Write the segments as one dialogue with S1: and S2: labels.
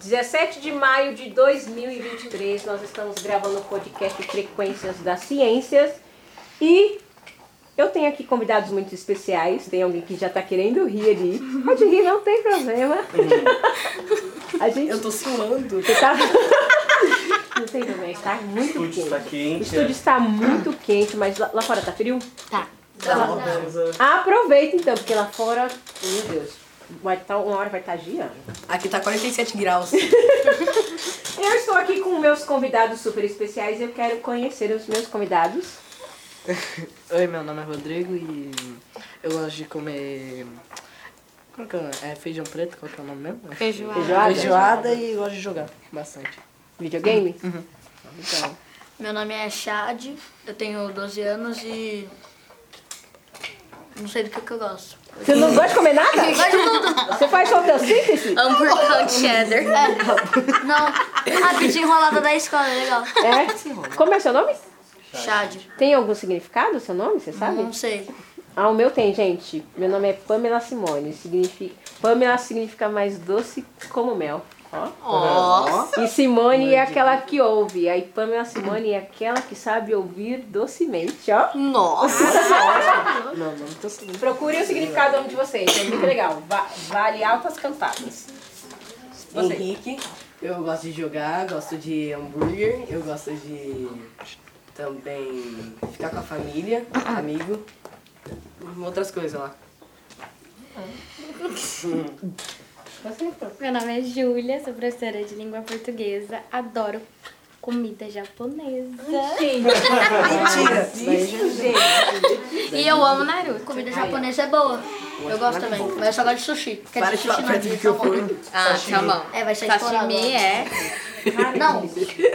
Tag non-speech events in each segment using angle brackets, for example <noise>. S1: 17 de maio de 2023, nós estamos gravando o podcast Frequências das Ciências e eu tenho aqui convidados muito especiais. Tem alguém que já tá querendo rir ali. Pode rir, não tem problema.
S2: <laughs>
S1: A gente
S3: Eu tô
S4: <laughs>
S3: suando.
S1: você tá- <laughs> Não tem problema, está muito
S2: estúdio está
S1: quente. O
S2: quente. é.
S1: estúdio está muito quente, mas lá, lá fora tá frio?
S5: Tá.
S1: Aproveita então, porque lá fora, meu Deus, vai tá, uma hora vai estar girando.
S3: Aqui tá 47 graus.
S1: <laughs> Eu estou aqui com meus convidados super especiais e eu quero conhecer os meus convidados.
S6: Oi, meu nome é Rodrigo e eu gosto de comer. Qual que é? o nome? É feijão preto? Qual que é o nome mesmo?
S5: Feijoada.
S1: Feijoada?
S6: Feijoada e gosto de jogar bastante.
S1: Videogame?
S6: Então,
S5: Meu nome é Chad, eu tenho 12 anos e. Não sei do que, que eu gosto.
S1: Você não gosta de comer nada? Você faz
S3: <laughs>
S1: fotossíntese?
S5: Hambúrguer com cheddar. É. Não, a pizza enrolada da escola, é legal.
S1: É. Como é o seu nome?
S5: Chad,
S1: Tem algum significado o seu nome, você sabe?
S5: não sei.
S1: Ah, o meu tem, gente. Meu nome é Pamela Simone. Significa... Pamela significa mais doce como mel. Ó.
S3: Nossa.
S1: E Simone é aquela que ouve. Aí Pamela Simone é aquela que sabe ouvir docemente, ó.
S3: Nossa.
S6: meu nome tá assim.
S1: Procurem o significado do nome de vocês, é muito legal. Va- vale altas cantadas. Você.
S4: Henrique, eu gosto de jogar, gosto de hambúrguer, eu gosto de também ficar com a família, amigo, outras coisas lá.
S7: Meu nome é Júlia, sou professora de língua portuguesa, adoro comida japonesa.
S3: Mentira.
S1: Isso, gente.
S5: E eu amo Naruto. Comida japonesa é boa. Eu gosto também, mas eu só gosto de sushi. Quer
S3: Para
S5: dizer,
S3: de
S5: sushi
S3: falar
S5: não,
S3: perto
S5: de
S3: do microfone.
S5: salmão.
S8: Ah, salmão.
S5: É, vai ser estourado.
S8: Sashimi é.
S5: Não,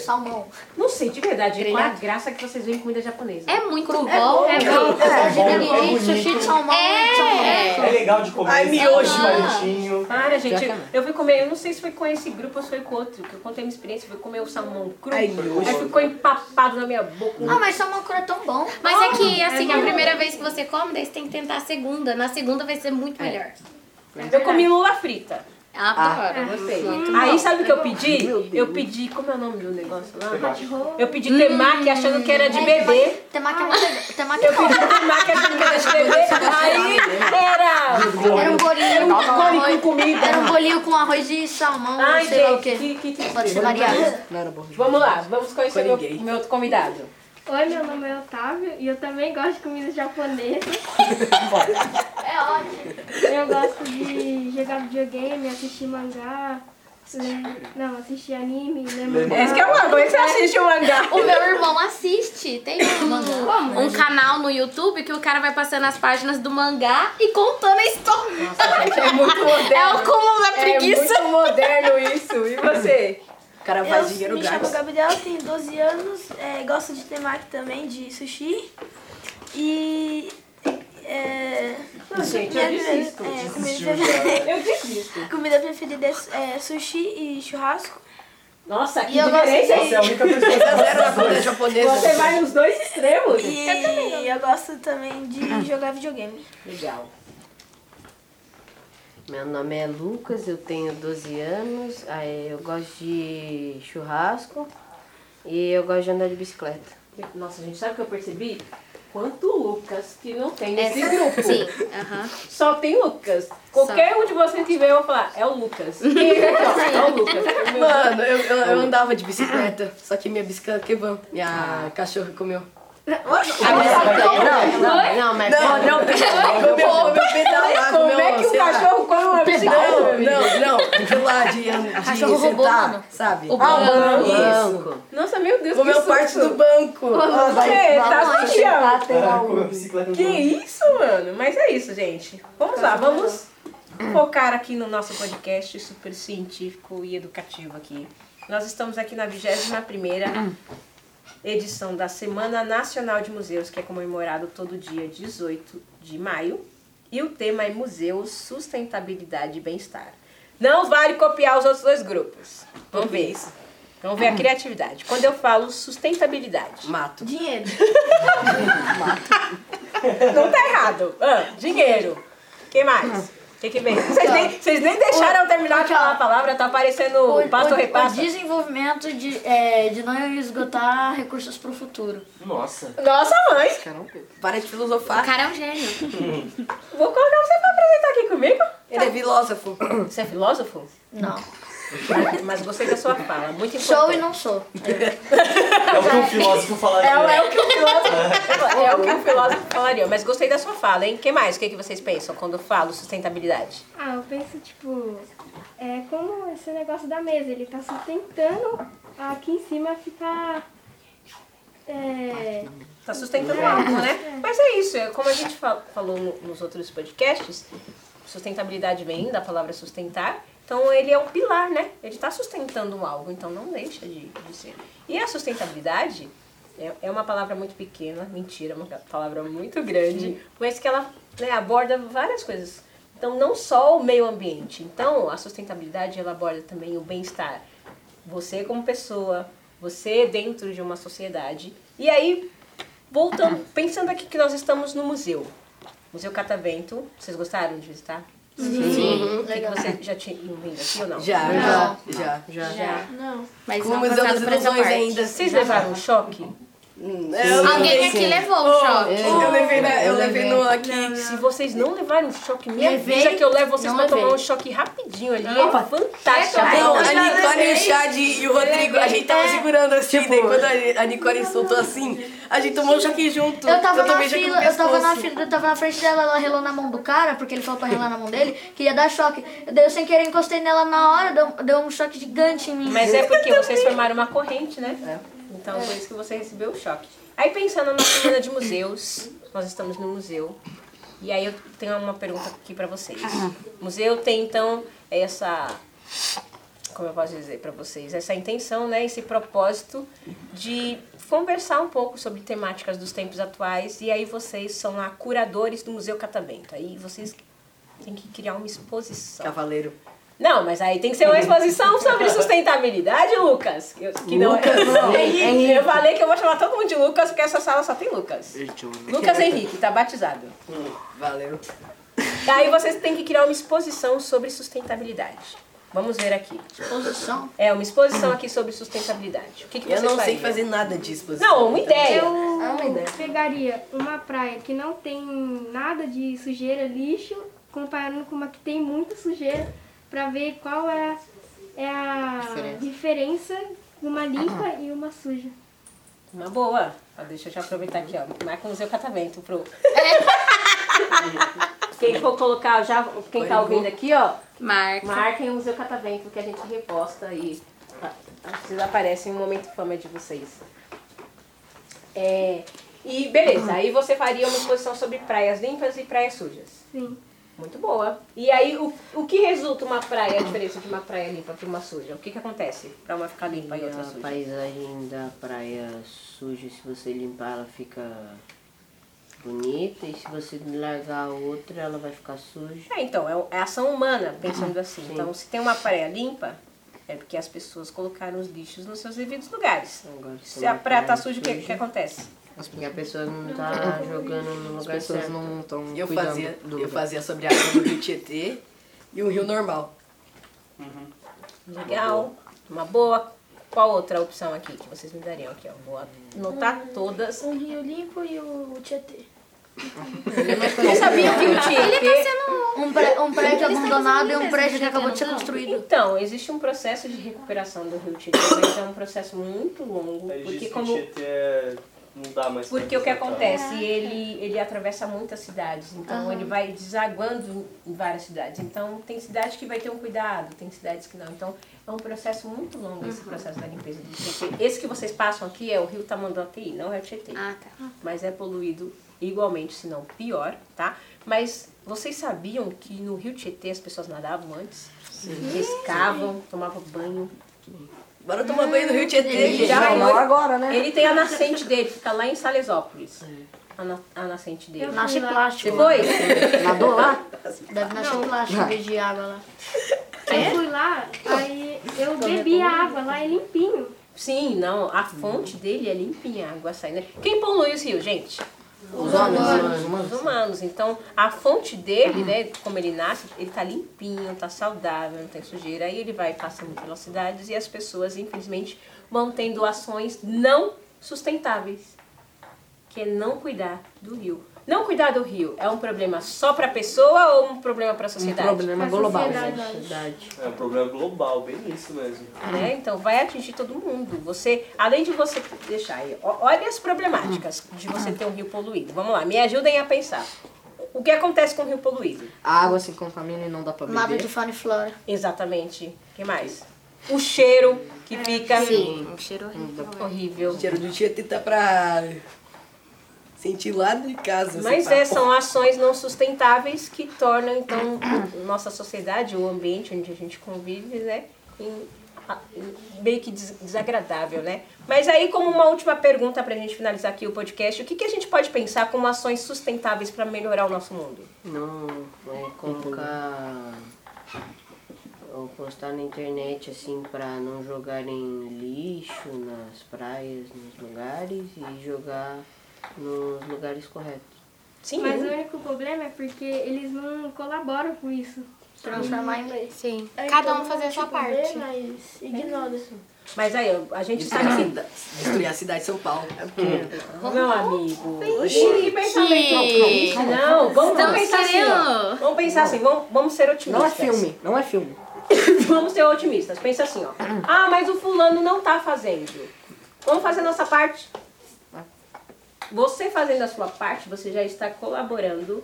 S5: salmão.
S1: Não sei, de verdade, qual é a graça que vocês veem em comida japonesa?
S8: É muito bom. É
S5: Eu
S8: bom.
S5: gosto de
S2: bom, é
S5: nigiri, sushi de salmão. de salmão.
S2: É legal de comer. é
S3: Ai,
S2: esse
S3: miojo.
S4: um
S2: bonitinho.
S1: Para, gente, eu fui comer, eu não sei se foi com esse grupo ou se foi com outro, que eu contei minha experiência, eu fui comer o salmão cru,
S3: Ai,
S1: aí ficou empapado na minha boca.
S5: Ah, mas salmão cru é tão bom.
S8: Mas é que, assim, a primeira vez que você come, daí você tem que tentar a segunda. Na segunda vai ser muito melhor.
S1: Eu comi lula frita, eu
S8: Adoro. É.
S1: gostei. Aí sabe o que eu pedi? Eu pedi, como é o nome do negócio lá? Eu pedi temaki achando que era de bebê.
S5: Temaki é muito legal. Temaki é
S1: Eu
S5: bom.
S1: pedi pro Mac achando que era de bebê, aí era...
S5: Era um bolinho com arroz.
S1: comida.
S5: Era um bolinho com arroz de salmão,
S1: Ai,
S5: sei lá o
S1: gente,
S5: quê.
S1: que, que, que
S5: Pode ser variado.
S6: Não era borrego.
S1: Vamos lá, vamos conhecer meu,
S4: Coriguei.
S1: meu outro convidado.
S7: Oi, meu nome é Otávio e eu também gosto de comida <laughs> japonesa.
S5: É ótimo.
S7: Eu gosto de jogar videogame, assistir mangá, ler- não, assistir anime, ler mangá.
S1: Esse que é o Como é que você assiste o mangá?
S8: O meu irmão assiste. Tem um, um canal no YouTube que o cara vai passando as páginas do mangá e contando a história.
S1: É muito moderno.
S8: É o cúmulo da preguiça.
S1: É muito moderno isso. E você?
S3: O cara
S9: Eu
S3: faz dinheiro
S9: me chamo
S3: grátis.
S9: Gabriel, tenho 12 anos, é, gosto de temaki também, de sushi. E. É, não,
S1: Gente,
S9: minha
S1: eu desisto.
S9: primeira- é, comida, preferida,
S1: Eu desisto.
S9: comida preferida é é, sushi e churrasco.
S1: Nossa, que
S9: E eu
S1: diferença.
S9: gostei.
S2: Você é a única pessoa
S3: Tá
S2: que gosta
S3: zero na
S2: das
S3: comida
S2: duas.
S1: Você
S3: japonesa.
S1: vai nos dois extremos.
S9: E eu gosto também de jogar videogame.
S1: Legal.
S4: Meu nome é Lucas, eu tenho 12 anos, aí eu gosto de churrasco e eu gosto de andar de bicicleta.
S1: Nossa, gente, sabe o que eu percebi? Quanto Lucas que não tem
S8: É,
S1: nesse grupo.
S8: Sim, aham.
S1: Só tem Lucas. Qualquer um de vocês que vê, eu vou falar, é o <laughs> Lucas. E ele aqui, ó, é o Lucas.
S3: Mano, eu, eu, eu andava de bicicleta, só que minha bicicleta quebrou. Minha cachorra comeu.
S4: é Não, não, não, mas
S3: Não, não, meu, meu, meu pedalado, meu,
S1: Como é que o
S3: sei lá.
S1: cachorro come uma bicicleta?
S3: Não, não, não. Aquilo lá de, de
S5: Cachorro roubou, mano.
S3: sentar, sabe?
S8: O
S3: Ah,
S8: banco.
S4: banco.
S1: Nossa, meu Deus, que
S3: Comeu parte
S1: susto.
S3: do banco.
S1: Você tá sujeira.
S2: Comeu
S4: Uhum.
S2: bicicleta no
S1: Que
S2: banco.
S1: isso, mano? Mas é isso, gente. Vamos lá, vamos focar aqui no nosso podcast super científico e educativo aqui. Nós estamos aqui na 21ª edição da Semana Nacional de Museus, que é comemorado todo dia 18 de maio, e o tema é Museus, Sustentabilidade e Bem-Estar. Não vale copiar os outros dois grupos. Vamos ver isso. Vamos ver a criatividade. Quando eu falo sustentabilidade,
S4: Mato.
S5: Dinheiro.
S1: não tá errado. Ah, dinheiro. Quem
S5: Ah.
S1: mais? O que, que vem? Vocês nem, vocês nem deixaram eu terminar de falar a palavra, tá aparecendo passo
S5: o,
S1: repasso.
S5: o desenvolvimento de, é, de não esgotar recursos para o futuro.
S2: Nossa.
S1: Nossa, mãe!
S6: Caramba.
S4: Para de
S8: O
S4: filosofar.
S8: cara é um gênio.
S1: Vou colocar você pra apresentar aqui comigo.
S4: Ele é filósofo.
S1: Você é filósofo?
S5: Não.
S1: Mas gostei da sua fala. Muito importante.
S5: Sou e não sou.
S2: É o que um filósofo falaria.
S1: É, o- é o que o filósofo, é o que
S5: <laughs>
S1: o filósofo falaria. Mas gostei da sua fala, hein? O que mais? O que, que vocês pensam quando eu falo sustentabilidade?
S7: Ah, eu penso, tipo, é como esse negócio da mesa, ele tá sustentando aqui em cima ficar. É,
S1: Tá sustentando algo, né? Mas é isso. é Como a gente fa- falou no- nos outros podcasts, sustentabilidade vem da palavra sustentar. Então ele é um pilar, né? Ele está sustentando algo, então não deixa de, de ser. E a sustentabilidade é, é uma palavra muito pequena, mentira, é uma palavra muito grande, mas que ela né, aborda várias coisas. Então não só o meio ambiente. Então a sustentabilidade ela aborda também o bem-estar. Você como pessoa, você dentro de uma sociedade. E aí Voltando, pensando aqui que nós estamos no museu. Museu Catavento. Vocês gostaram de visitar? Sim. O que que você já tinha vindo aqui ou não?
S4: Já, já, já.
S6: Já.
S9: Não.
S8: Mas
S4: Com o
S8: não
S4: Museu das
S8: passado por essa
S4: Ilusões
S8: parte.
S4: ainda.
S1: Vocês levaram um choque?
S4: Hum, eu
S8: Alguém aqui levou o choque.
S4: Eu levei, na- eu levei no aqui.
S1: Se vocês não levaram um choque, me
S5: Levei,
S1: avisa que eu levo vocês
S5: não
S1: pra tomar
S5: levei.
S1: um choque rapidinho ali. É fantástico. é
S4: Não, a Nicole, o Chad e o Rodrigo, a gente tava segurando assim, daí quando a a Nicole soltou assim, a gente tomou um choque junto.
S5: Eu tava na
S4: tomei choque no
S5: fila, eu tava na
S4: pescoço.
S5: fila, eu tava na frente dela, ela relou na mão do cara, porque ele falou pra relar na mão dele, que ia dar choque. Daí eu sem querer encostei nela na hora, deu, deu um choque gigante em mim.
S1: Mas é porque vocês formaram uma corrente, né? Então por isso que você recebeu o choque. Aí pensando na semana de museus, nós estamos no museu. E aí eu tenho uma pergunta aqui pra vocês. O museu tem então essa como eu posso dizer pra vocês, essa intenção, né, esse propósito de conversar um pouco sobre temáticas dos tempos atuais e aí vocês são lá curadores do Museu Catavento. Aí vocês têm que criar uma exposição.
S4: Cavaleiro.
S1: Não, mas aí tem que ser uma exposição sobre sustentabilidade, Lucas. Eu, que não é. Henrique. Eu falei que eu vou chamar todo mundo de Lucas, porque essa sala só tem Lucas.
S6: Gente, eu amo.
S1: Lucas Henrique, tá batizado.
S4: Hum, Valeu.
S1: Aí vocês têm que criar uma exposição sobre sustentabilidade. Vamos ver aqui.
S5: Exposição.
S1: É, uma exposição aqui sobre sustentabilidade. O que, que
S4: Eu
S1: você
S4: não sei
S1: faria?
S4: fazer nada disso. você. tá?
S1: Não, uma ideia.
S7: eu pegaria uma praia que não tem nada de sujeira, lixo, comparando com uma que tem muita sujeira, pra ver qual é, é a diferença de uma limpa e uma suja.
S1: Uma boa. Ó, deixa eu já aproveitar aqui, ó. Marca o Museu Catavento pro. <laughs> Quem for colocar já, quem tá ouvindo aqui, ó,
S8: Marca.
S1: Marquem o Museu Catavento que a gente reposta e ah, vocês aparecem no momento fama de vocês. É, e beleza, aí você faria uma exposição sobre praias limpas e praias sujas.
S7: Sim.
S1: Muito boa. E aí, o, o que resulta uma praia, a diferença de uma praia limpa para uma suja? O que, que acontece para uma ficar limpa e outra
S10: A
S1: suja?
S10: paisagem da praia suja, se você limpar, ela fica bonita. E se você largar a outra, ela vai ficar suja.
S1: É, então, é, o- é ação humana, pensando assim. Então, se tem uma praia limpa, é porque as pessoas colocaram os lixos nos seus devidos lugares.
S10: Agora, se
S1: Se
S10: tem
S1: a
S10: uma
S1: praia tá
S10: praia
S1: suja, o que, que acontece?
S10: E a pessoa não tá jogando no
S6: As
S10: lugar
S6: pessoas
S10: certo.
S6: não estão
S4: Eu
S6: cuidando
S4: fazia,
S6: do
S4: eu
S6: lugar.
S4: fazia sobre a água do rio Tietê e um rio normal.
S1: Legal, uma boa. Qual outra opção aqui que vocês me dariam aqui? Ó? Vou anotar todas.
S9: Um rio limpo e o Tietê.
S1: Vocês sabiam que o Tietê...
S5: Um, pré- um prédio abandonado e um prédio que acabou de ser construído.
S1: Então, existe um processo de recuperação do Rio Tietê, mas é um processo muito longo,
S2: Eles
S1: porque
S2: dizem
S1: como...
S2: que Tietê é- não dá mais pra
S1: Porque o que
S2: visitar.
S1: acontece?
S8: É.
S1: Ele, ele atravessa muitas cidades, então ele vai desaguando em várias cidades. Então tem cidade que vai ter um cuidado, tem cidades que não. Então é um processo muito longo
S8: Uhum.
S1: esse processo da limpeza do Tietê. Esse que vocês passam aqui é o Rio Tamanduateí, não é o Tietê.
S8: Ah, tá.
S1: mas é poluído igualmente, se não pior, tá? Mas vocês sabiam que no Rio Tietê as pessoas nadavam antes? Pescavam, tomavam banho.
S4: Bora
S6: Ah,
S4: tomar banho no rio Tietê, gente.
S1: Já
S6: Não
S1: hoje-
S6: agora, né?
S1: Ele tem a nascente dele, fica lá em Salesópolis. A, na- a nascente dele.
S5: Nasce plástico.
S1: Você foi?
S5: Deve nascer plástico em vez de água lá.
S1: É?
S7: Eu fui lá, aí eu bebi a água lá, é limpinho.
S1: Sim, não, a fonte dele é limpinha, a água sai, né? Quem polui os rios, gente?
S4: Os humanos.
S1: Os humanos. Então, a fonte dele, né, como ele nasce, ele tá limpinho, tá saudável, não tem sujeira. Aí ele vai passando pelas cidades e as pessoas, infelizmente, vão tendo ações não sustentáveis, que é não cuidar do rio. Não cuidar do rio é um problema só pra pessoa ou um problema pra sociedade?
S4: né?
S6: problema Pra global. sociedade.
S1: sociedade.
S2: É um problema global, bem isso mesmo.
S1: Né? Então vai atingir todo mundo. Você, além de você deixar aí, ó- olha as problemáticas de você ter um rio poluído. Vamos lá, me ajudem a pensar. O que acontece com o rio poluído?
S6: A água se contamina e não dá pra beber.
S5: Nada de fauna e flora.
S1: Exatamente. O que mais? O cheiro que fica
S8: um cheiro
S1: horrível.
S4: Cheiro do Tietê tá pra sentir lá de casa.
S1: Mas
S4: assim,
S1: é,
S4: pá.
S1: são ações não sustentáveis que tornam, então, nossa sociedade, o ambiente onde a gente convive, né, em- a- em- meio que des- desagradável, né? Mas aí, como uma última pergunta pra gente finalizar aqui o podcast, o que, que a gente pode pensar como ações sustentáveis para melhorar o nosso mundo?
S10: Não, é colocar ou postar na internet assim pra não jogarem lixo nas praias, nos lugares e jogar nos lugares corretos.
S1: Sim. né?
S7: Mas o único problema é porque eles não colaboram com isso.
S5: Transformar em-
S8: Sim.
S9: Aí
S8: Cada
S9: todo
S8: um fazer a
S9: mundo,
S8: sua
S9: tipo, vê,
S8: parte.
S9: Mas ignora.
S1: Mas aí, a gente
S4: Destruir
S1: sabe
S4: a
S1: que
S4: cida- Destruir a cidade de São Paulo. É porque
S1: Meu amigo. Que um pensamento otimista. Não, vamos, vamos
S8: Estamos
S1: pensar assim. ó.
S8: querendo.
S1: Vamos pensar assim, vamos, vamos ser otimistas.
S6: Não é filme, não é filme.
S1: <laughs> Vamos ser otimistas. Pensa assim, <clears throat> ó. Ah, mas o fulano não tá fazendo. Vamos fazer a nossa parte. Você fazendo a sua parte, você já está colaborando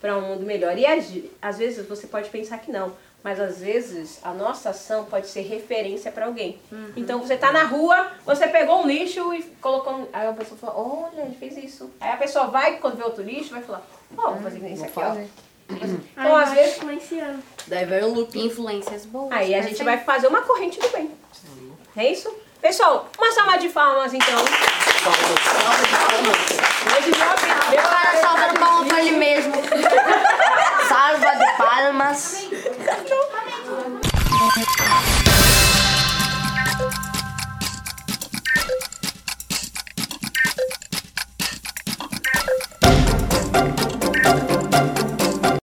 S1: para um mundo melhor. E às às vezes você pode pensar que não, mas às vezes a nossa ação pode ser referência para alguém. Então você tá na rua, você pegou um lixo e colocou. um- Aí a pessoa fala: Olha, ele fez isso. Aí a pessoa vai, quando vê outro lixo, vai falar: Ó, vou fazer isso aqui, ó.
S7: Aí
S1: Então às
S7: vai
S1: vezes
S7: influenciando.
S4: daí vai um loop.
S8: Influências boas.
S1: Aí a gente
S8: perfeito.
S1: vai fazer uma corrente do bem. É isso? Pessoal, uma salva de palmas então.
S4: Salve,